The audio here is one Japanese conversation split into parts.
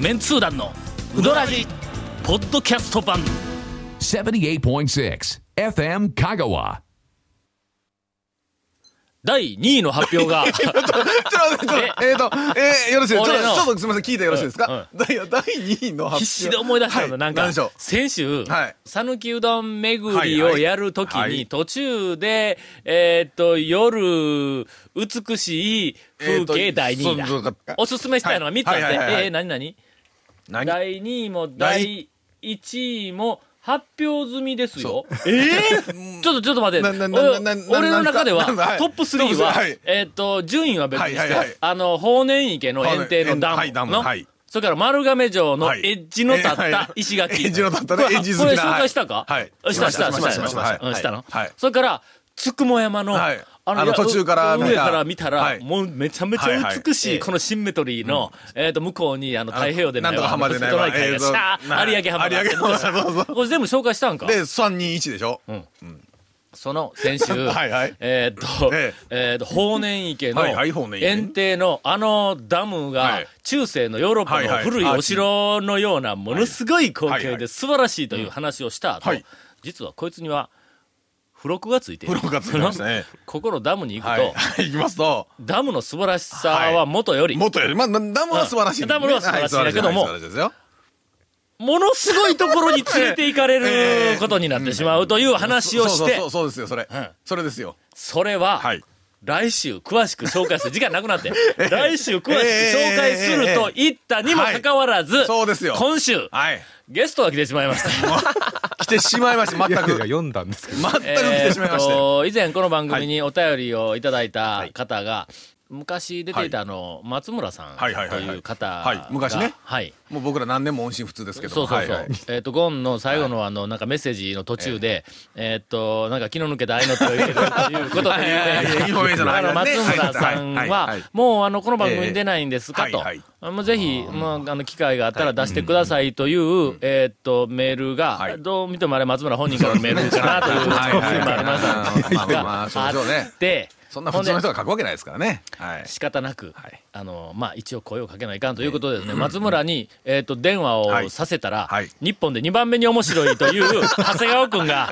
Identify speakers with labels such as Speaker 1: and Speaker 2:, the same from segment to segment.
Speaker 1: メンツー団のウドラジポッドキャスト版
Speaker 2: 78.6 FM Kagawa.
Speaker 1: 第2位の発表 が
Speaker 3: ちょっと待って、ちょっと待って、えっ、と、えー、よろしいです
Speaker 1: 俺の
Speaker 3: ちょっとちょっとすみません、聞いてよろしいですか、
Speaker 1: う
Speaker 3: 第2位の発表。
Speaker 1: 必死で思い出したの、な
Speaker 3: は
Speaker 1: ん
Speaker 3: 何
Speaker 1: か
Speaker 3: でしょう。
Speaker 1: 先週
Speaker 3: はい
Speaker 1: 讃岐、うどん巡
Speaker 3: はい
Speaker 1: り
Speaker 3: はい
Speaker 1: をやるときに、
Speaker 3: はい
Speaker 1: 途中でえーっと夜美しい風景第2位だ、
Speaker 3: えーとそうそうか
Speaker 1: おすすめしたいのが3つあって、
Speaker 3: はいはいはいはい
Speaker 1: えー、何何
Speaker 3: 何
Speaker 1: 第2位も第1位も発表済みですよ。えーちょっとちょっと待って。
Speaker 3: ななななな
Speaker 1: お俺の中では
Speaker 3: なんだはい
Speaker 1: トップ3
Speaker 3: トッ
Speaker 1: は
Speaker 3: プスリーはい、
Speaker 1: えーっと、順位は別にし
Speaker 3: はいはいは
Speaker 1: て
Speaker 3: い、
Speaker 1: あの、法然池の園庭の
Speaker 3: はい
Speaker 1: ダ
Speaker 3: ダ
Speaker 1: ム
Speaker 3: ム
Speaker 1: の
Speaker 3: はい、
Speaker 1: それから丸亀城のエ
Speaker 3: はい
Speaker 1: ッジの立っ
Speaker 3: はいは
Speaker 1: た
Speaker 3: い
Speaker 1: 石垣。
Speaker 3: エッジの立ったね
Speaker 1: これ
Speaker 3: エッジ好きな
Speaker 1: これ紹介したか
Speaker 3: はい
Speaker 1: あしたした
Speaker 3: し
Speaker 1: した
Speaker 3: まし
Speaker 1: し
Speaker 3: た
Speaker 1: た
Speaker 3: しました
Speaker 1: うんしたの
Speaker 3: はいはい
Speaker 1: それから、つくも山の、
Speaker 3: はいあの途中から見た
Speaker 1: 上から見たら
Speaker 3: は、い
Speaker 1: もうめちゃめちゃ美しい、このシンメトリーの、えっと、向こうに、あの、太平洋で
Speaker 3: なんとか浜でないわ
Speaker 1: ない海がシャー有明浜があって
Speaker 3: 有明浜そうそうそう
Speaker 1: これ全部紹介したんか
Speaker 3: で、3、2、1でしょ、
Speaker 1: その先週、
Speaker 3: はいはい
Speaker 1: えーっと、え
Speaker 3: え
Speaker 1: ーっと、法然池の
Speaker 3: はいはい法然池
Speaker 1: 園庭のあのダム
Speaker 3: は
Speaker 1: が
Speaker 3: い、
Speaker 1: 中世のヨーロッパ
Speaker 3: はい
Speaker 1: の
Speaker 3: はい
Speaker 1: 古いお城のような、ものすごい光
Speaker 3: はい
Speaker 1: 景
Speaker 3: は
Speaker 1: で
Speaker 3: い
Speaker 1: 素晴らしいという話をした後
Speaker 3: はい、
Speaker 1: 実はこいつには、付録がついている。
Speaker 3: 付録がついてましたね
Speaker 1: ここのダムに行く
Speaker 3: は
Speaker 1: と、
Speaker 3: い。はい、いきますと、
Speaker 1: ダムの素晴らしさはもとより、
Speaker 3: もっとより、まあ、ダムは素晴らしい、
Speaker 1: うんダムは素晴らしいんだけども
Speaker 3: はい素晴らしいですよ
Speaker 1: ものすごいところに連れて行かれ
Speaker 3: え
Speaker 1: る
Speaker 3: え
Speaker 1: ことになってしまうという話をして
Speaker 3: そう、そうそうそうそうですよ、それ、
Speaker 1: ん
Speaker 3: それですよ。
Speaker 1: それは、
Speaker 3: はい。
Speaker 1: 来週詳しく紹介する時間なくなって 来週詳しく紹介すると言ったにもかかわらず、
Speaker 3: いそうですよ
Speaker 1: 今週
Speaker 3: はい。
Speaker 1: ゲストが来てしまい ました
Speaker 3: 来てしまいました、全く。全く
Speaker 4: 読んだんですけど。
Speaker 3: 来てしまいまし
Speaker 1: えー
Speaker 3: た。
Speaker 1: と以前この番組にお便りをいただいた方が、昔出ていたあの松村さんと
Speaker 3: はいはいはいはい
Speaker 1: いう方が、
Speaker 3: はい昔ね
Speaker 1: はい
Speaker 3: もう僕ら何年も音信不通ですけど。
Speaker 1: そうそうそう。
Speaker 3: はいはい
Speaker 1: えっ、と、ゴンの最後のあの、なんかメッセージの途中で、えっ、と、なんか気の抜けた愛の手を入れるということで
Speaker 3: いやいやいやいや
Speaker 1: あの松村さん
Speaker 3: はいはいは、
Speaker 1: はいもうあの、この番組に出ないんですか
Speaker 3: ええ
Speaker 1: と
Speaker 3: はいはい。
Speaker 1: あもうぜひ、もうあの、機会があったら出してくださいという、えっと、メール
Speaker 3: は
Speaker 1: が、
Speaker 3: い
Speaker 1: どう見てもあれ松村本人からのメールかなという気持ちもありました
Speaker 3: はいはいはいまあまあそう
Speaker 1: が
Speaker 3: でしょうね
Speaker 1: あって、
Speaker 3: そんな普通の人が書くわけないですからね。はい。
Speaker 1: 仕方なく、
Speaker 3: はい
Speaker 1: あのまあ、一応声をかけないかんということでですね、松村に、えー、と電話をさせたら、
Speaker 3: はいはい
Speaker 1: 日本で2番目に面白いという 長谷川君が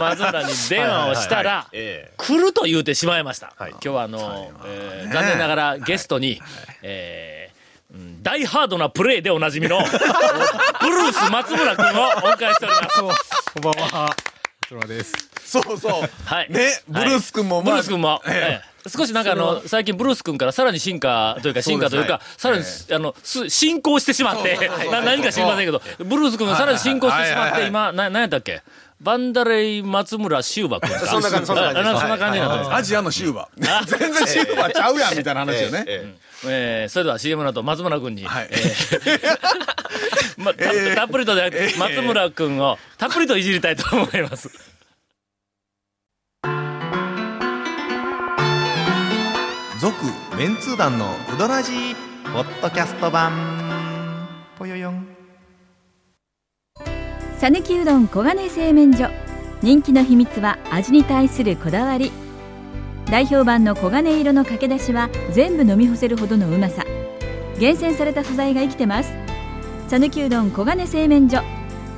Speaker 1: 松村に電話をしたら、来ると言うてしまいました、今日はあの、えー残念ながらゲストに、えーうんダイハードなプレイでおなじみ のブルース松村君をお迎えしております。
Speaker 4: こんばんは。そらです。
Speaker 3: そうそう。
Speaker 1: はい
Speaker 3: ね、ブルース君も、
Speaker 1: ブルース君も、
Speaker 3: ええ
Speaker 1: ええ少しなんかあの、最近ブルース君からさらに進化というか、進化というか、さ
Speaker 3: そう
Speaker 1: ら
Speaker 3: で
Speaker 1: に
Speaker 3: す、
Speaker 1: あの、す進行してしまって
Speaker 3: そうそうそうそ、う
Speaker 1: な何か知りませんけど、ブルース君がさらに進行してしまっ
Speaker 3: はいはい
Speaker 1: て、
Speaker 3: はい
Speaker 1: 今、な、何やったっけバンダレイ松村修馬君か。
Speaker 5: そんな感じそんな感じです
Speaker 1: ああそんな感じになったんですか
Speaker 3: アジアのシューバ。全然シューバちゃうやんみたいな話よね。
Speaker 1: えーそれでは CM の後、松村君に、
Speaker 3: はい
Speaker 1: えーまたたっぷりとじゃなくて、松村君をたっぷりといじりたいと思います。
Speaker 6: 続メンツー団のウドラジーポッドキャスト版ぽよよん
Speaker 7: さぬきうどん黄金製麺所人気の秘密は味に対するこだわり代表版の黄金色のかけだしは全部飲み干せるほどのうまさ厳選された素材が生きてますさぬきうどん黄金製麺所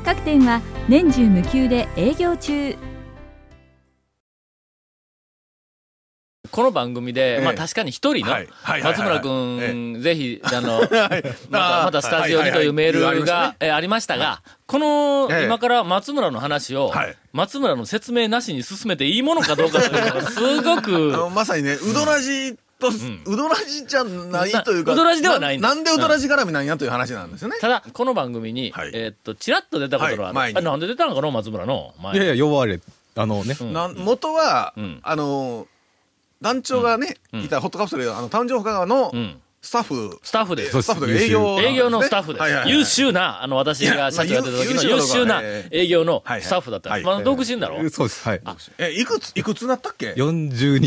Speaker 7: 各店は年中無休で営業中
Speaker 1: この番組で、
Speaker 3: ええ
Speaker 1: まあ確かに一人の
Speaker 3: はいはいはいはい
Speaker 1: 松村君、ぜひ、あ の、またまたスタジオにというメー
Speaker 3: はいは
Speaker 1: ル
Speaker 3: いはい理由ありました
Speaker 1: が
Speaker 3: ね
Speaker 1: えありましたが、この
Speaker 3: ええ
Speaker 1: 今から松村の話を
Speaker 3: はい、
Speaker 1: 松村の説明なしに進めていいものかどうかというのが、すごく
Speaker 3: あ、のまさにね、うどらじと、うどらじじゃないというか。
Speaker 1: うどらじではないんだ
Speaker 3: なんでうどらじ絡みなんやという話なんですよね。
Speaker 1: ただ、この番組に
Speaker 3: はい、
Speaker 1: えーっと、ちらっと出たことがあ
Speaker 3: はい前
Speaker 1: る。
Speaker 3: に
Speaker 1: あなんで出たのかな、松村の。前
Speaker 4: いやいや、呼ばれ、あのね、
Speaker 3: なん元は
Speaker 1: ん、
Speaker 3: あの、団長がね、いたホットカプセルの、あの、誕生香川の
Speaker 1: ん
Speaker 3: スタッフ、
Speaker 1: スタッフです
Speaker 4: そう。
Speaker 3: スタッフというか営業。
Speaker 1: 営業のスタッフで
Speaker 3: はいはいは
Speaker 1: す。
Speaker 3: い
Speaker 1: 優秀な、あの、私が社長やってた時の
Speaker 3: い
Speaker 1: 優
Speaker 3: やまあ優
Speaker 1: 秀
Speaker 3: 秀
Speaker 1: な
Speaker 3: なええ
Speaker 1: 営業の
Speaker 3: はいはい
Speaker 1: スタッフだった
Speaker 3: は
Speaker 1: ん
Speaker 3: い
Speaker 1: です。まあ、独身だろ
Speaker 4: そうです。はい。
Speaker 3: え、いくつ、いくつなったっけ
Speaker 4: 42。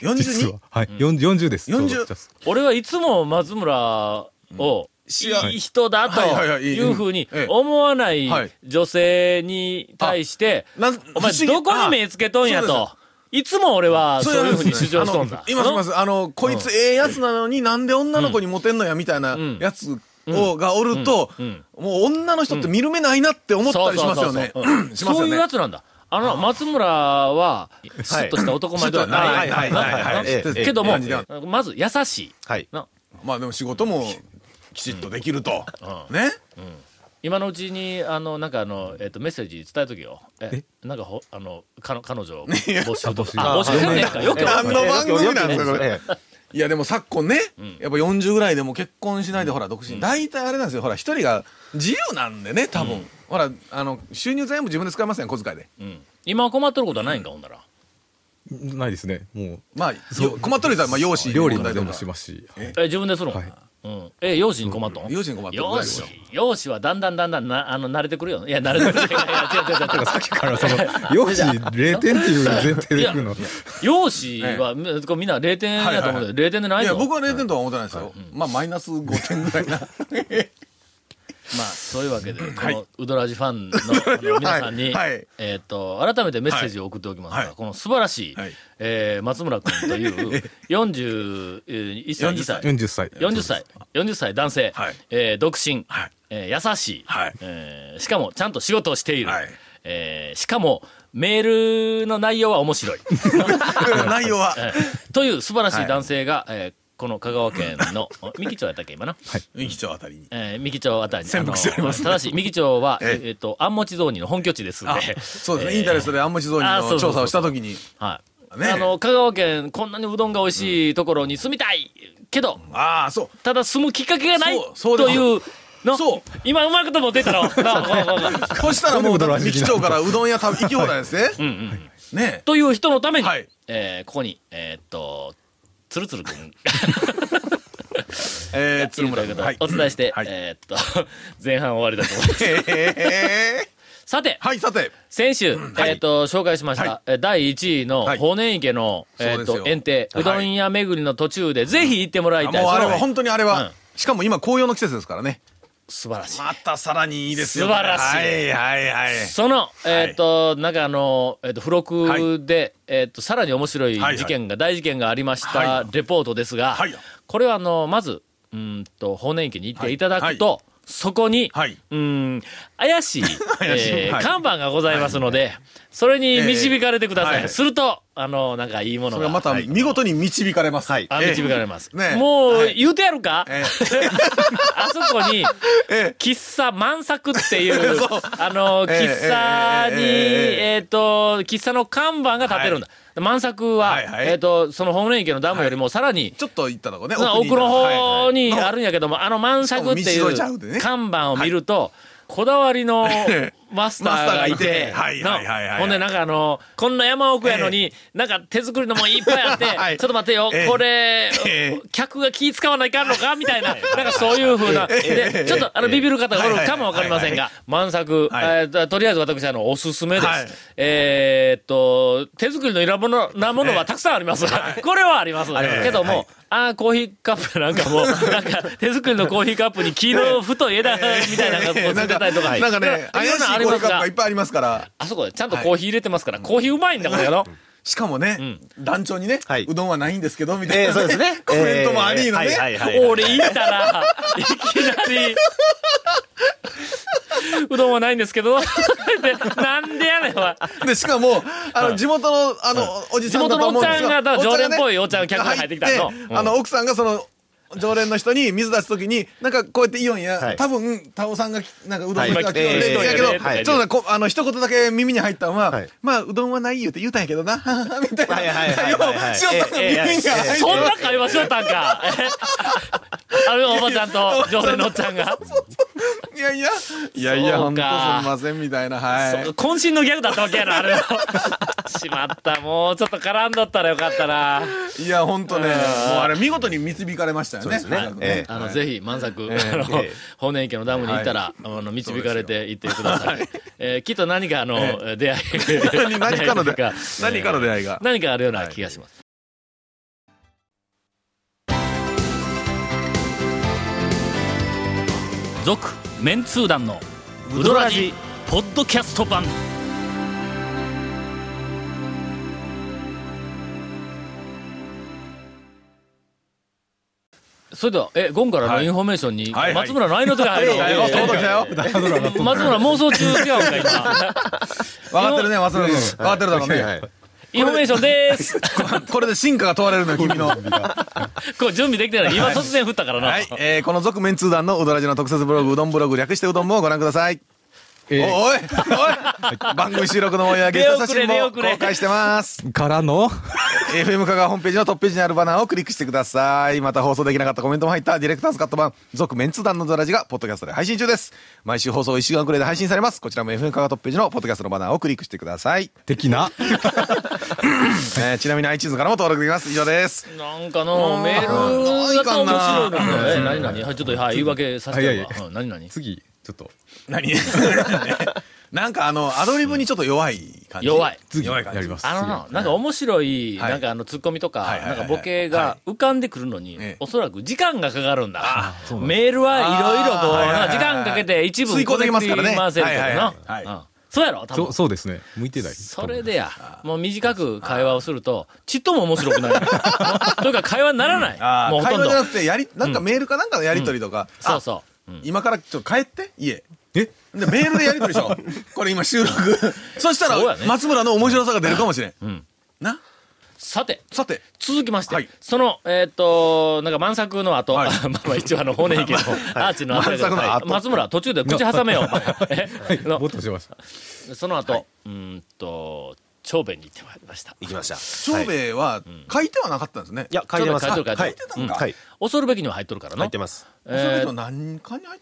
Speaker 3: 42
Speaker 4: 実ははい。40、40です。
Speaker 3: 40
Speaker 4: ちょうどです
Speaker 1: 俺はいつも松村を、
Speaker 3: しあ
Speaker 1: いい人だと
Speaker 3: はいはいはいいい
Speaker 1: いうふうに
Speaker 3: ええ
Speaker 1: 思わない
Speaker 3: はい
Speaker 1: 女性に対して
Speaker 3: なん、
Speaker 1: お前
Speaker 3: 不思議
Speaker 1: どこに目つけとんや
Speaker 3: あそう
Speaker 1: と、いつも俺はそういうふうに主張しとんだ。
Speaker 3: あの今しま
Speaker 1: の
Speaker 3: す。あの、こいつええやつなのになんで女の子にモテんのやみたいなやつをがおると、
Speaker 1: うん
Speaker 3: もう女の人って見る目ないなって思ったりしますよね
Speaker 1: そうそうそうそう。
Speaker 3: します
Speaker 1: そう
Speaker 3: よ
Speaker 1: いうや
Speaker 3: ね。
Speaker 1: つなんだ。あの、松村は、シュッとした男前ではな。
Speaker 3: はいい
Speaker 1: な
Speaker 3: はいはいはい
Speaker 1: な
Speaker 3: ええ
Speaker 1: けども
Speaker 3: えええ、
Speaker 1: まず優しい。
Speaker 6: はい。
Speaker 1: な
Speaker 3: まあでも仕事もきちっとできると。ね。
Speaker 1: 今のうちに、あの、なんかあの、えっと、メッセージ伝えとけよ。え、なんかほ、あの、彼彼女を募集とか。あ募集せんねんか。よく
Speaker 3: 何の番組なんですかこれ
Speaker 6: ええ
Speaker 3: いやでも昨今ね、やっぱ40ぐらいでも結婚しないでほら独身、大体あれなんですよほら一人が自由なんでね多分、ほらあの収入全部自分で使いますやん小遣いで
Speaker 1: うん今困ってることはないんか、ほんだら。
Speaker 4: ないですね。も
Speaker 3: まあよ困っとる人はまあ容姿
Speaker 4: う、料理
Speaker 3: 問題
Speaker 4: で
Speaker 3: と
Speaker 4: も
Speaker 3: か
Speaker 4: しますし。はい
Speaker 1: え、自分でするん
Speaker 4: はい
Speaker 1: うん。え、容姿に困ったん
Speaker 3: 容姿に困っとる
Speaker 1: 容姿、容姿はだんだんだんだんな、あの、慣れてくるよ。いや、慣れてくる。いやいや違う違う違う違う。
Speaker 4: さっきか らその、容姿0点っていう前提でいくの。
Speaker 1: 容姿は、これみんな0点やと思うけど、0点でないい
Speaker 3: や
Speaker 1: ぞ。
Speaker 3: 僕は0点とは思ってないですよ、まあマイナス5点ぐらいな
Speaker 1: まあ、そういうわ けで、このウドラジファンのあの皆さんに、
Speaker 3: はい
Speaker 1: えっ、と、改めてメッセージを送っておきますが、
Speaker 3: はいはい
Speaker 1: この素晴らしい、
Speaker 3: はい
Speaker 1: えー松村君と いう、41歳、2歳、
Speaker 4: 40歳。
Speaker 1: 40歳、40歳男性、
Speaker 3: はい
Speaker 1: えー独身、
Speaker 3: はい
Speaker 1: えー優しい、
Speaker 3: はい
Speaker 1: えーしかもちゃんと仕事をしている、
Speaker 3: はい
Speaker 1: えーしかもメールの内容は面 白い。
Speaker 3: 内容は
Speaker 1: えーという素晴らしい男性が、えーこの香川県の、 お三木町やったっけ、今な。
Speaker 3: 三木町あたりに
Speaker 1: えー、三木町あたりに。
Speaker 3: 潜伏しております
Speaker 1: あのただし、三木町は、え
Speaker 3: え
Speaker 1: っ、と、安持雑煮の本拠地ですの
Speaker 3: あ
Speaker 1: で。
Speaker 3: そうですね、
Speaker 1: えー
Speaker 3: インタレストであんま地蔵
Speaker 1: あ
Speaker 3: に
Speaker 1: そうそうそう
Speaker 3: の調査をした時に
Speaker 1: はい。
Speaker 3: ね
Speaker 1: あの、香川県、こんなにうどんが美味しいところに住みたいけど、
Speaker 3: ああそ
Speaker 1: ただ住むきっかけがない
Speaker 3: そうそうです
Speaker 1: というの。
Speaker 3: そう
Speaker 1: 今うまくとも出た ろ。なこうこうこう
Speaker 3: うそしたらもう
Speaker 4: それで
Speaker 3: 三
Speaker 4: も
Speaker 3: 木町からうどん屋食べ行き放題ですね、
Speaker 1: うんうん。
Speaker 3: ね
Speaker 1: という人のために、
Speaker 3: はい
Speaker 1: えーここに、えーっと、つるつるくん。
Speaker 3: えー、鶴
Speaker 1: と
Speaker 3: 村
Speaker 1: いう
Speaker 3: 君
Speaker 1: こと
Speaker 3: はい
Speaker 1: で お伝えして、
Speaker 3: はい
Speaker 1: えーっと、 前半終わりだと思います。
Speaker 3: えー
Speaker 1: さて、
Speaker 3: はいさて
Speaker 1: 先週、えっと、紹介しました、えー第1位の、
Speaker 3: はい
Speaker 1: 法然池の、えっ
Speaker 3: そう
Speaker 1: と、
Speaker 3: ですよ
Speaker 1: 園庭、
Speaker 3: はいう
Speaker 1: どん屋巡りの途中で、ぜひ行ってもらいたい。
Speaker 3: もうあれ
Speaker 1: その
Speaker 3: は本当にあれは、
Speaker 1: うん
Speaker 3: しかも今紅葉の季節ですからね
Speaker 1: 素晴らしい。
Speaker 3: またさらにいいですよ
Speaker 1: 素晴らしい
Speaker 3: はいはいはい
Speaker 1: その、えっと、なんかあの、えっと、付録で、えっと、さらに面白い
Speaker 3: はいはい
Speaker 1: 事件が、大事件がありまし
Speaker 3: は
Speaker 1: たレポートですが
Speaker 3: はい、
Speaker 1: これはあの、まず、うーんと、法然池に行っていただく
Speaker 3: は
Speaker 1: と、そこに、
Speaker 3: はい、
Speaker 1: うーん、怪しい、
Speaker 3: 怪しい
Speaker 1: えー
Speaker 3: はい
Speaker 1: 看板がございますので、それに導かれてくださ
Speaker 3: ええ
Speaker 1: い。すると、あの、なんかいいもの
Speaker 3: そ
Speaker 1: が。
Speaker 3: れがまた見事に導かれます、はい
Speaker 1: あ、導かれます。
Speaker 3: ねえ
Speaker 1: も
Speaker 3: は
Speaker 1: う、
Speaker 3: い
Speaker 1: 言うてやるか、
Speaker 3: え
Speaker 1: あそこに、
Speaker 3: え
Speaker 1: 喫茶満作って いう、あの、
Speaker 3: ええ
Speaker 1: 喫茶に、
Speaker 3: ええ
Speaker 1: えっと、喫茶の看板が立てるんだ。満作は、
Speaker 3: はいはい
Speaker 1: えっと、その本連池のダムよりもさらに、
Speaker 3: ちょっと行った とこね
Speaker 1: まあ
Speaker 3: 奥に
Speaker 1: 奥の方に
Speaker 3: はいはい
Speaker 1: あるんやけども、あの満作って
Speaker 3: しかも道沿いちゃ
Speaker 1: いう
Speaker 3: で
Speaker 1: う
Speaker 3: ね
Speaker 1: 看板を見ると、こだわり のマスターがい
Speaker 3: マスターがい
Speaker 1: て
Speaker 3: て、はい
Speaker 1: な
Speaker 3: はいはいはい
Speaker 1: ほんでなんかあの、こんな山奥やのに、なんか手作りのもんいっぱいあって、
Speaker 3: はい
Speaker 1: ちょっと待ってよ、
Speaker 3: ええ
Speaker 1: これ、
Speaker 3: え
Speaker 1: 客が気使わないかんのかみたいな、なんかそういうふうな、で、ちょっとあのビビる方がおるかもわかりませんが、満作、
Speaker 3: はい
Speaker 1: えーととりあえず私あの、おすすめで
Speaker 3: はい
Speaker 1: す。えーっと、手作りのいらものなものはたくさんあります。これはあります。けども、ああ、コーヒーカップなんか も、なんか手作りのコーヒーカップに黄色太い枝みたいなのがこうつ
Speaker 3: ないん
Speaker 1: て
Speaker 3: か
Speaker 1: たりとか。
Speaker 3: なんかね
Speaker 1: い
Speaker 3: 怪し
Speaker 1: ろ
Speaker 3: い
Speaker 1: んなのあり
Speaker 3: コー
Speaker 1: ます
Speaker 3: ヒーカップ
Speaker 1: が
Speaker 3: がいっ、ぱいありますから
Speaker 1: あそこでちゃんとコーヒー入れてますから、コーヒーうまいんだ、これやろ。
Speaker 3: しかもね、団長にね、
Speaker 6: はいう
Speaker 3: どんはないんですけどみたい
Speaker 6: え
Speaker 3: な、
Speaker 6: えそうですね。
Speaker 3: コメントもありのね、
Speaker 6: ええはいはいはい。
Speaker 1: 俺行ったら、いきなり、うどんはないんですけど、でなんでやねん、お前。
Speaker 3: でしかもあの地元のあの、おじ
Speaker 1: 地
Speaker 3: さんだ
Speaker 1: 元のお
Speaker 3: と思
Speaker 1: っ
Speaker 3: うん
Speaker 1: ち
Speaker 3: で
Speaker 1: ゃ
Speaker 3: す
Speaker 1: ん
Speaker 3: よ
Speaker 1: が、だから常連っぽ
Speaker 3: い
Speaker 1: いおっちゃんが客が入ってきたの。うん
Speaker 3: あの奥さんがその常連の人に水出すときに、なんかこうやってイオンや、
Speaker 6: はい
Speaker 3: 多分、タオさんが、なんかうどんが
Speaker 6: はい
Speaker 3: 来たん
Speaker 6: ええ
Speaker 3: やけど、
Speaker 1: はい
Speaker 3: ちょっとこあの、一言だけ耳に入ったのは、
Speaker 6: はい
Speaker 3: まあ、うどんはないよって言うたんやけどな、みたいな。
Speaker 6: はいはいはいはいはい
Speaker 3: しおたんが耳に入って。
Speaker 1: そんな会話しよったんか。あのおばちゃんと常連のおっちゃんが。
Speaker 3: いやいや、いやい
Speaker 1: そう
Speaker 3: や、
Speaker 1: か
Speaker 3: ほんとすみません、みたいな、はい。
Speaker 1: そう渾身のギャグだったわけやな、あれは。しまった、もうちょっと絡んどったらよかったな。
Speaker 3: いや、本当ね、もうあれ見事に導かれましたよね。
Speaker 6: そうですね
Speaker 3: なんか
Speaker 6: ええ
Speaker 1: あの、ぜひ、満作、
Speaker 3: ええ
Speaker 1: あの
Speaker 6: ええ、
Speaker 1: 本池のダムに行ったら、あの、導かれて行ってください。えーきっと何かの出会い。
Speaker 3: 何何かの出
Speaker 1: 出会いという
Speaker 3: 何かの出会いが。
Speaker 1: 何かあるような気がします。続、メンツー団のウドラジポッドキャスト版。そそれでは、え、ゴンからのインフォメーションに、松村ないのとが入るの。
Speaker 3: よとうとう来たよ
Speaker 1: 松村妄想中違うんか、 今。
Speaker 3: 分かってるね松村君分かってるだろう
Speaker 6: はい
Speaker 3: ね
Speaker 1: インフォメーションです。
Speaker 3: これで進化が問われるのよ君の
Speaker 1: こう準備できてない。今突然降ったからな。
Speaker 3: はい、えー、この続面通談のうどらじの特設ブログうどんブログ略してうどんもご覧くださいおいお いおい番組収録の模様やゲスト写
Speaker 1: 出
Speaker 3: 真も
Speaker 1: 遅れ出遅れ
Speaker 3: 公開してます
Speaker 4: からの
Speaker 3: FM 香川ホームページのトップページにあるバナーをクリックしてくださいまた放送できなかったコメントも入ったディレクターズカット版「続メンツ団のドラジ」がポッドキャストで配信中です毎週放送1週間くらいで配信されますこちらも FM 香川トップページのポッドキャストのバナーをクリックしてください、
Speaker 4: 的な。
Speaker 3: えーちなみに iTunes からも登録できます以上です
Speaker 1: なんかの、メールが面白いのよね。何何はい、ちょっと、はい、言い訳させて
Speaker 4: はい
Speaker 1: よ
Speaker 4: はい。
Speaker 1: うん何何
Speaker 4: 次、ちょっと。
Speaker 3: 何なんかあのアドリブにちょっと弱い感じ
Speaker 1: 弱い。
Speaker 4: 次、
Speaker 3: 弱
Speaker 4: や
Speaker 3: い感じ
Speaker 4: ります。
Speaker 1: あのな、なんか面白い、
Speaker 3: はい
Speaker 1: なんかあの、ツッコミと
Speaker 3: は
Speaker 1: か
Speaker 3: い、はい
Speaker 1: な
Speaker 3: は
Speaker 1: ん
Speaker 3: い
Speaker 1: かボケが浮かんでくるのに
Speaker 3: ええ、
Speaker 1: おそらく時間がかかるんだ。メールはいろいろこう、
Speaker 3: あー
Speaker 1: なんか時間かけて一部
Speaker 3: 遂行できますからね
Speaker 1: 回せるけど
Speaker 3: はい
Speaker 1: な
Speaker 3: はいはい
Speaker 1: うん
Speaker 3: は
Speaker 1: そうやろ多
Speaker 4: そう
Speaker 1: 分。
Speaker 4: そうですね。向いてない。
Speaker 1: それでや、もう短く会話をすると、ちっとも面白く ない。というか会話にならない。もうほ
Speaker 3: 会
Speaker 1: とんど
Speaker 3: 話じゃ。なくてやりなんかメールかなんかのやり取りとか、あ
Speaker 1: そうそう。うん
Speaker 3: 今からちょっと帰って家
Speaker 4: え
Speaker 3: でメールでやり取りし ようこれ今収録そした
Speaker 1: そうや
Speaker 3: ら
Speaker 1: ね
Speaker 3: 松村の面白さが出るかもしれん、
Speaker 1: ん
Speaker 3: な
Speaker 1: さて。
Speaker 3: さて
Speaker 1: 続きまして、
Speaker 3: はい
Speaker 1: その、えっ、と、なんか満作の後、
Speaker 3: はい
Speaker 1: まあまあ一応あの、骨 池のアーチの後やけど、
Speaker 3: 満作の後
Speaker 1: 松村途中で口挟め よ、お前え の
Speaker 4: もっとしました。
Speaker 1: その後、うーんと、長兵衛に行ってまいりました。
Speaker 6: 行きました。
Speaker 3: 長
Speaker 6: はい。い
Speaker 3: 兵衛は書いてはなかったんですね、
Speaker 6: や、書いてます。
Speaker 1: 書いてる書いて
Speaker 3: る書いてたんか
Speaker 6: はい。
Speaker 1: 恐るべきには入っとるからな。
Speaker 6: 入ってます。
Speaker 3: それ
Speaker 1: え
Speaker 3: で
Speaker 1: ー
Speaker 3: も何かに入っ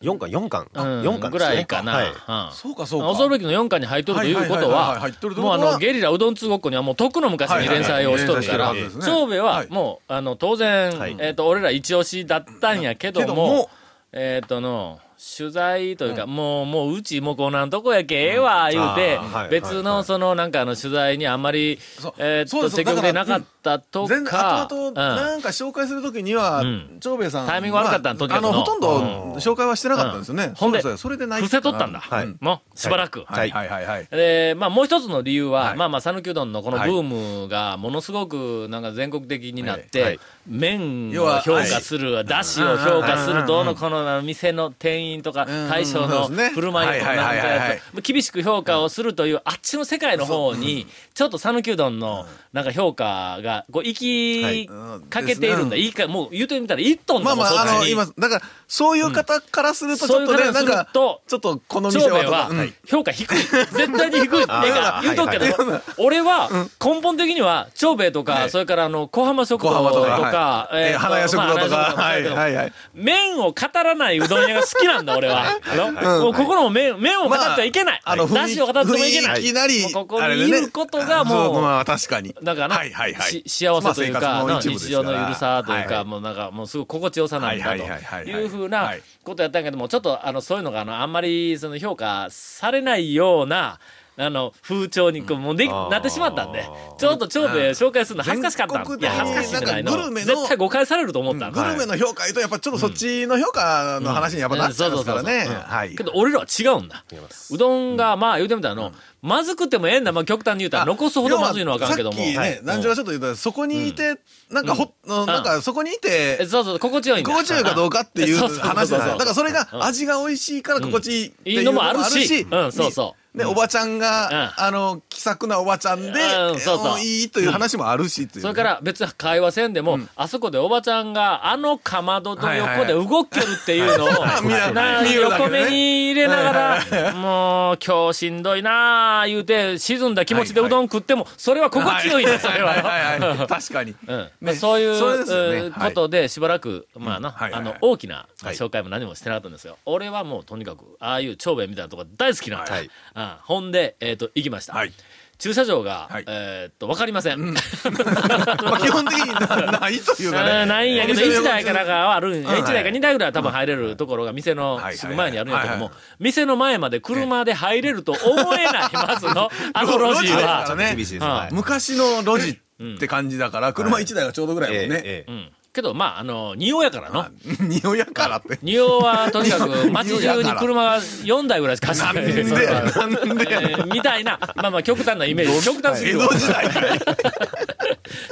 Speaker 6: 四巻、四巻。
Speaker 1: うん
Speaker 6: 四巻
Speaker 1: ぐ
Speaker 6: ですね
Speaker 1: らいかな。
Speaker 6: は
Speaker 1: うん
Speaker 3: そうかそうか
Speaker 1: 恐るべきの4巻に入っとるということ
Speaker 3: はいはいはいはい入
Speaker 1: は
Speaker 3: っとる、という
Speaker 1: もう
Speaker 3: こ
Speaker 1: あ
Speaker 3: とは
Speaker 1: の、ゲリラうどん通ごっこにはもうとっくの昔に連載をしとるか
Speaker 3: は
Speaker 1: ら
Speaker 3: いはいはい連載してるはず、ですね
Speaker 1: 長兵衛
Speaker 3: は
Speaker 1: はいもう、あの、当然
Speaker 6: はい、
Speaker 1: えっと、俺ら一押しだったんやけど
Speaker 3: けど
Speaker 1: も
Speaker 3: も、
Speaker 1: えっとの、取材というか、もう、もう、うち、もうこんなんとこやけ、ええわ、言うて
Speaker 6: あーはい、
Speaker 1: 別
Speaker 6: はいは
Speaker 1: の、
Speaker 6: い
Speaker 1: その、なんかあの、取材にあんまり
Speaker 3: そう、
Speaker 1: えっ
Speaker 3: そう
Speaker 1: と、
Speaker 3: です
Speaker 1: 積極でなかったと
Speaker 3: 全然
Speaker 1: か、
Speaker 3: 後
Speaker 1: う
Speaker 3: 々
Speaker 1: ん
Speaker 3: なんか紹介するときには、
Speaker 1: ん
Speaker 3: 長兵衛さん
Speaker 1: タイミング悪かったんとにか
Speaker 3: あ
Speaker 1: くの
Speaker 3: のほとんど紹介はしてなかったんですよね、
Speaker 1: うんほんで
Speaker 3: そうそうそれでない
Speaker 1: 伏せとったんだ。
Speaker 6: はい
Speaker 1: もう、しばらく。
Speaker 3: はいはいはいはい
Speaker 1: で、まあ、もう一つの理由は、
Speaker 3: はい
Speaker 1: まあまあ、讃岐うどんのこのブ
Speaker 3: はい
Speaker 1: ームが、ものすごく、なんか全国的になって、
Speaker 6: はいはい
Speaker 1: 麺
Speaker 3: 要
Speaker 1: を
Speaker 3: は
Speaker 1: 評価する、だしを評価す
Speaker 3: うんうんう
Speaker 1: る、
Speaker 3: ん
Speaker 1: どうのこのあの店の店員とか、
Speaker 3: ん
Speaker 1: 大将の
Speaker 3: そうですね
Speaker 1: 振る舞いとか、
Speaker 3: はい
Speaker 1: なん
Speaker 3: は
Speaker 1: か
Speaker 3: いはいはい
Speaker 1: やつ、厳しく評価をするという、あっちの世界の方に、ちょっと讃岐うどんの、なんか評価が、こう、行きかけているんだ。
Speaker 3: はい
Speaker 1: いいか、もう言うてみたら、いっとんだ
Speaker 3: まあ
Speaker 1: もん
Speaker 3: まああ
Speaker 1: そっち
Speaker 3: の
Speaker 1: に
Speaker 3: 今だからそういう方からするとち
Speaker 1: そう
Speaker 3: ょ
Speaker 1: い
Speaker 3: っ
Speaker 1: う方
Speaker 3: とね、な
Speaker 1: す
Speaker 3: ん
Speaker 1: る
Speaker 3: か
Speaker 1: と、
Speaker 3: ちょっとこの
Speaker 1: 長
Speaker 3: 店
Speaker 1: 兵
Speaker 3: は
Speaker 1: 衛は
Speaker 3: うん
Speaker 1: 評価低い。絶対に低い。ってか
Speaker 6: あー
Speaker 1: 言うとくけど
Speaker 6: はい、
Speaker 1: 俺は根本的には長兵衛とか、
Speaker 3: ね
Speaker 1: それからあの、小浜食堂
Speaker 3: 小浜
Speaker 1: と
Speaker 3: とか
Speaker 1: か、
Speaker 3: はい
Speaker 1: ーと
Speaker 3: 花屋食堂とか
Speaker 1: まあ花
Speaker 3: は
Speaker 1: 屋食堂もそうや
Speaker 3: い
Speaker 1: けど
Speaker 3: はいはい
Speaker 1: 麺を語らないうどん屋が好きなんだ、俺は。あのもうここの麺、麺を語ってはいけない。
Speaker 3: あの
Speaker 1: だしを語ってもいけな
Speaker 3: 雰囲
Speaker 1: い。
Speaker 3: 気なり
Speaker 1: もうここ
Speaker 3: あれ
Speaker 1: に
Speaker 3: で
Speaker 1: い
Speaker 3: ね
Speaker 1: ることが
Speaker 3: そう
Speaker 1: もう、
Speaker 3: まあ確かに
Speaker 1: だからな、
Speaker 3: はいはいはい
Speaker 1: し幸せという
Speaker 3: まあ
Speaker 1: か,、
Speaker 3: 生活の一部です
Speaker 1: 日
Speaker 3: か
Speaker 1: 常
Speaker 3: ら
Speaker 1: のゆるさというか、
Speaker 3: はい
Speaker 1: もうなんかもうすごい心地よさなんだ
Speaker 3: はいはいはいはい
Speaker 1: と
Speaker 3: はい
Speaker 1: いうふうな
Speaker 3: はい
Speaker 1: ことやったんやけどもちょっとあのそういうのがあのあんまりその評価されないようなあの風潮にこうもうできなってしまったんでちょっと長兵衛紹介するの恥ずかしかった
Speaker 3: 全国
Speaker 1: い
Speaker 3: 的
Speaker 1: や
Speaker 3: に
Speaker 1: 恥ずかしいじゃないの
Speaker 3: なんかグルメの
Speaker 1: 絶対誤解されると思ったの
Speaker 3: グルメの評価いうとやっぱちょっとそっちの評価の話にやっぱなっちゃいますから
Speaker 1: うん
Speaker 3: ね
Speaker 1: そうそうそうそううん
Speaker 3: はい
Speaker 1: けど俺らは違うんだ
Speaker 6: い。違います
Speaker 1: うどんがまあ言うてみたらあの、まずくてもええんだ、まあ、極端に言うたら残すほどまずいのはあかんけども
Speaker 3: さっきね南條がちょっと言ったらそこにいてなんかほなんかそこにい
Speaker 1: え
Speaker 3: て
Speaker 1: そうそう心地よいんだ
Speaker 3: 心地よいかどうかってい う
Speaker 1: そうそうそう
Speaker 3: 話ですねだからそれ
Speaker 1: うん
Speaker 3: が味が美味しいから心地いいって
Speaker 1: い
Speaker 3: い
Speaker 1: いうの
Speaker 3: の
Speaker 1: も
Speaker 3: も
Speaker 1: あ
Speaker 3: あ
Speaker 1: る
Speaker 3: る
Speaker 1: し
Speaker 3: し、
Speaker 1: うん、そうそ
Speaker 3: で、おばちゃんが、
Speaker 1: うん
Speaker 3: あの、気さくなおばちゃんで、
Speaker 1: うんそうそう。
Speaker 3: もういいという話もあるし、というう
Speaker 1: それから別に会話せんでも、あそこでおばちゃんがあのかまどと横で動けるっていうのを、
Speaker 3: いはいはい
Speaker 1: な
Speaker 3: 見るだけ
Speaker 1: 横
Speaker 3: でね
Speaker 1: 目に入れながら、もう今日しんどいなあ言うて、沈んだ気持ちでうどん食っても、それは心地よいんだ、それは。
Speaker 3: はいはいはいはい確かに。
Speaker 1: うんまあ
Speaker 3: ね
Speaker 1: そういう
Speaker 3: それですよね
Speaker 1: うん
Speaker 3: はい
Speaker 1: ことでしばらく、まあな、
Speaker 3: はいはい
Speaker 1: あ
Speaker 3: はい
Speaker 1: の大きな
Speaker 6: はい
Speaker 1: 紹介も何もしてなかったんですが、俺はもうとにかくああいう長兵衛みたいなとこ大好きなんだ、
Speaker 6: はい
Speaker 1: あほんで、えー、と行きました、
Speaker 3: はい
Speaker 1: 駐車場が、
Speaker 3: はい
Speaker 1: えー、と分かりま せん、
Speaker 3: まあ、基本的になないというか
Speaker 1: う
Speaker 3: ね。
Speaker 1: んないんやけど、
Speaker 3: お店
Speaker 1: 1
Speaker 3: の
Speaker 1: 台からがあるんや。
Speaker 3: うん
Speaker 1: 1台か2台ぐらいは多分入れるところが店のすぐ前にあるんやけど
Speaker 3: はいはい
Speaker 1: も
Speaker 3: は、
Speaker 1: 店の前まで車で入れると思えない、まず の、あの路地
Speaker 3: 路地です
Speaker 1: は
Speaker 3: か。ら
Speaker 6: 厳しいですね。
Speaker 1: うん
Speaker 6: はい
Speaker 3: 昔の路地って感じだから、車1台がちょうどぐらいやもんね。
Speaker 6: ええええ
Speaker 1: うんけど、まあ、あの、仁王やからの。
Speaker 3: 匂いやからって。
Speaker 1: 仁王はとにか く街中に車が4台ぐらいしか走ってない。それは
Speaker 3: なんで
Speaker 1: えーみたいな、まあまあ極端なイメージ、極端すぎ
Speaker 3: 江
Speaker 1: る
Speaker 3: 戸
Speaker 1: わ。
Speaker 3: 時代から。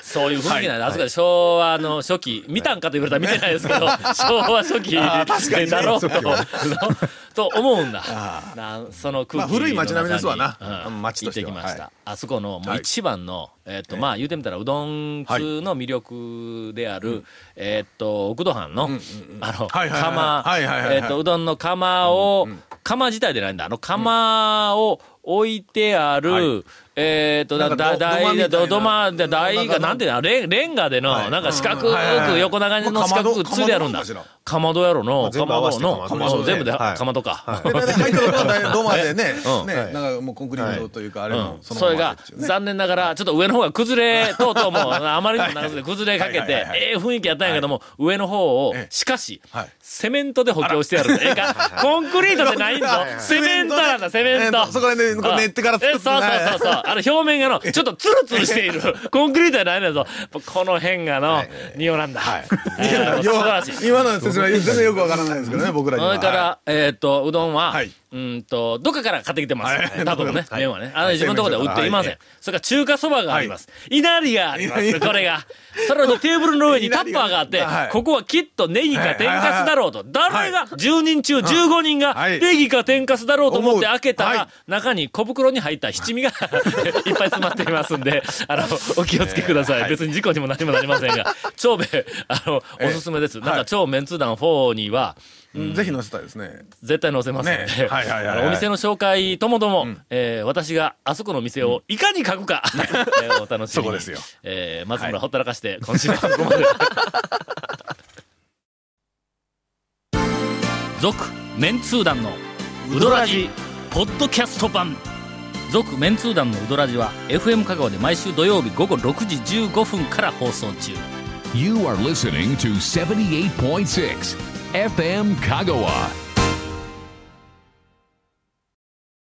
Speaker 1: そういう雰囲気なんで、あそこで昭和の初期、見たんかと言われたら見てないですけど、昭和初期だろうと、と思うんだ。なんその空気の中に、
Speaker 3: まあ古い街並みですわな
Speaker 1: うん、
Speaker 3: 街としては
Speaker 1: 行ってきました。
Speaker 3: は
Speaker 1: あそこのもう一番の、えっと、まあ言うてみたらうどん通の魅力である、えっと、奥戸藩の、あの、
Speaker 3: はいはいはい
Speaker 1: 釜
Speaker 3: はいはいはい、はい
Speaker 1: えっと、うどんの釜を、釜自体でないんだ。あの釜を置いてある、えっと、
Speaker 3: なん
Speaker 1: だ、
Speaker 3: か
Speaker 1: だ、
Speaker 3: ど土間みた
Speaker 1: 台、
Speaker 3: い
Speaker 1: 土間で、台が、
Speaker 3: ななんか
Speaker 1: なんていうの、レンレンガでの、なんか四角
Speaker 3: はいは
Speaker 1: く
Speaker 3: い
Speaker 1: 横長
Speaker 3: ま
Speaker 1: の
Speaker 3: あ
Speaker 1: 四角くついてあるんだ
Speaker 3: かまどかまどなんかしら。
Speaker 1: かまどやろの、か
Speaker 6: 全部合
Speaker 1: ま
Speaker 6: わ
Speaker 1: ど
Speaker 6: せて
Speaker 1: の、
Speaker 6: かま
Speaker 3: ど
Speaker 1: うん全部で、
Speaker 6: はい
Speaker 1: かまどか。
Speaker 3: で入ったとこは大ドマでね、
Speaker 1: うん
Speaker 3: ね、
Speaker 6: はい
Speaker 3: なんかもうコンクリートというか、あれ
Speaker 1: うん
Speaker 3: も、
Speaker 1: それが残念ながらちょっと上の方が崩れとうと うもうあまりにも長くて崩れかけ
Speaker 3: はいはい
Speaker 1: て
Speaker 3: はいはい
Speaker 1: ええ雰囲気やったんやけども上の方を
Speaker 3: ええ
Speaker 1: しかし
Speaker 3: はい
Speaker 1: セメントで補強してやるええかコンクリートでないんだ
Speaker 3: はいはい
Speaker 1: セメントなんだセメン
Speaker 3: ええ
Speaker 1: ト
Speaker 3: とそこら辺でこう練ってから作
Speaker 1: え
Speaker 3: って
Speaker 1: そうそうそうそうあの表面がのちょっとツルツルしているコンクリートじゃないんだぞこの辺がの匂いなんだえー 素晴らしい
Speaker 3: 今の説明は全然よくわからないですけどね、僕らに
Speaker 1: そ
Speaker 3: は。
Speaker 1: れから、えっ、と、うどんは、
Speaker 3: はい
Speaker 1: うんと、どっかから買ってきてます。
Speaker 3: はい
Speaker 1: 多分ね、
Speaker 3: はい
Speaker 1: 麺はね。あの、
Speaker 3: はい
Speaker 1: 自分のところでは売っていません。
Speaker 3: はい
Speaker 1: それから中華そばがあります。いなりがあります、これが。それとテーブルの上にタッパーがあって、
Speaker 3: いなりがはい
Speaker 1: ここはきっとネギか天かすだろうと。誰が、10人中15人が
Speaker 3: はい
Speaker 1: ネギか天かすだろうと思って
Speaker 3: 思う
Speaker 1: 開けたら、
Speaker 3: は
Speaker 1: 中に小袋に入った七味がいっぱ い詰まっていますんで、あの、お気をつけください。別に事故にも何もなりませんが、長兵衛、あの、おすすめです。なんか超メンツ団4には、
Speaker 3: うんぜひ載せたいですね。
Speaker 1: 絶対載せますので、
Speaker 3: ねはいはいはいはい
Speaker 1: あのお店の紹介ともども、えー私があそこの店をいかに書く か、えーお楽しみに。
Speaker 3: そこですよ
Speaker 1: えー松村ほったらかして、今週はここ まで。続、メンツー団のウドラジ、ポッドキャスト版。続、メンツー団のウドラジは、FM 香川で毎週土曜日午後6時15分から放送中。
Speaker 2: You are listening to 78.6 FM Kagawa.